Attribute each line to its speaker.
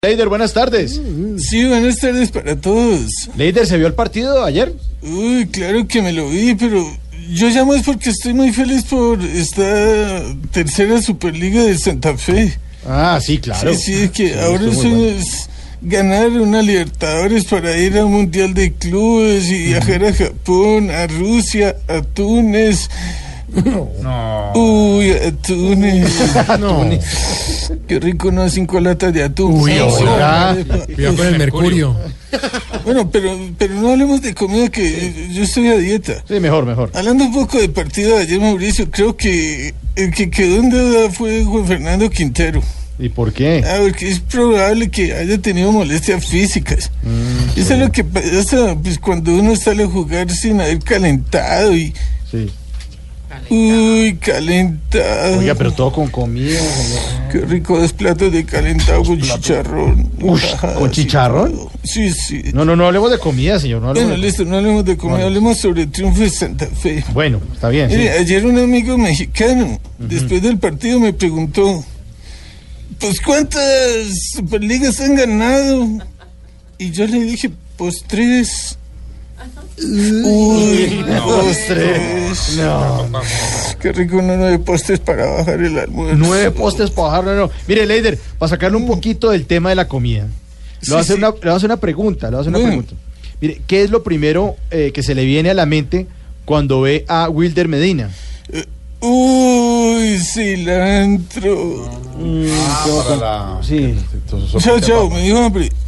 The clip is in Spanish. Speaker 1: Leider, buenas tardes.
Speaker 2: Mm. Sí, buenas tardes para todos.
Speaker 1: Leider, ¿se vio el partido ayer?
Speaker 2: Uy, claro que me lo vi, pero yo llamo es porque estoy muy feliz por esta tercera Superliga de Santa Fe.
Speaker 1: Ah, sí, claro.
Speaker 2: Sí, sí, que ahora
Speaker 1: estuvo muy
Speaker 2: eso
Speaker 1: bueno.
Speaker 2: es ganar una Libertadores para ir a un Mundial de Clubes y viajar a Japón, a Rusia, a Túnez.
Speaker 1: No.
Speaker 2: Uy, a Túnez.
Speaker 1: no.
Speaker 2: Qué rico, ¿no? Cinco latas de atún.
Speaker 1: Uy,
Speaker 2: Sí, sí.
Speaker 1: ahora.
Speaker 3: Cuidado con el mercurio.
Speaker 2: Bueno, pero, pero no hablemos de comida, que yo estoy a dieta.
Speaker 1: Sí, mejor, mejor.
Speaker 2: Hablando un poco de partido de ayer, Mauricio, creo que el que quedó en deuda fue Juan Fernando Quintero.
Speaker 1: ¿Y por qué?
Speaker 2: Ah, porque es probable que haya tenido molestias físicas.
Speaker 1: Mm,
Speaker 2: Eso es lo que pasa pues, cuando uno sale a jugar sin haber calentado y.
Speaker 1: Sí.
Speaker 2: Uy, calentado.
Speaker 1: Oiga, pero todo con comida.
Speaker 2: Qué rico dos platos de calentado con chicharrón.
Speaker 1: Uy,
Speaker 2: Ajá,
Speaker 1: ¿con
Speaker 2: sí,
Speaker 1: chicharrón?
Speaker 2: Sí, sí.
Speaker 1: No, no, no hablemos de comida, señor. No hablemos
Speaker 2: Bueno,
Speaker 1: de-
Speaker 2: listo, no hablemos de comida,
Speaker 1: No.
Speaker 2: hablemos sobre el triunfo de Santa Fe.
Speaker 1: Bueno, está bien. sí.
Speaker 2: Mire, ayer un amigo mexicano, después del partido, me preguntó, pues ¿cuántas Superligas han ganado? Y yo le dije, pues tres. Uy, postres.
Speaker 1: No,
Speaker 2: Qué rico, uno nueve postres para bajar el almuerzo.
Speaker 1: nueve postes para bajar. No, no. Mire, Leider, para sacarle un poquito del tema de la comida, le voy a
Speaker 2: Sí,
Speaker 1: hacer
Speaker 2: sí.
Speaker 1: una, le voy a hacer una pregunta. Le voy a hacer una
Speaker 2: Bueno.
Speaker 1: pregunta. Mire, ¿qué es lo primero eh, que se le viene a la mente cuando ve a Wilder Medina?
Speaker 2: Uy, cilantro.
Speaker 1: Sí. Ah,
Speaker 2: Chao, chao, me dijo hambre.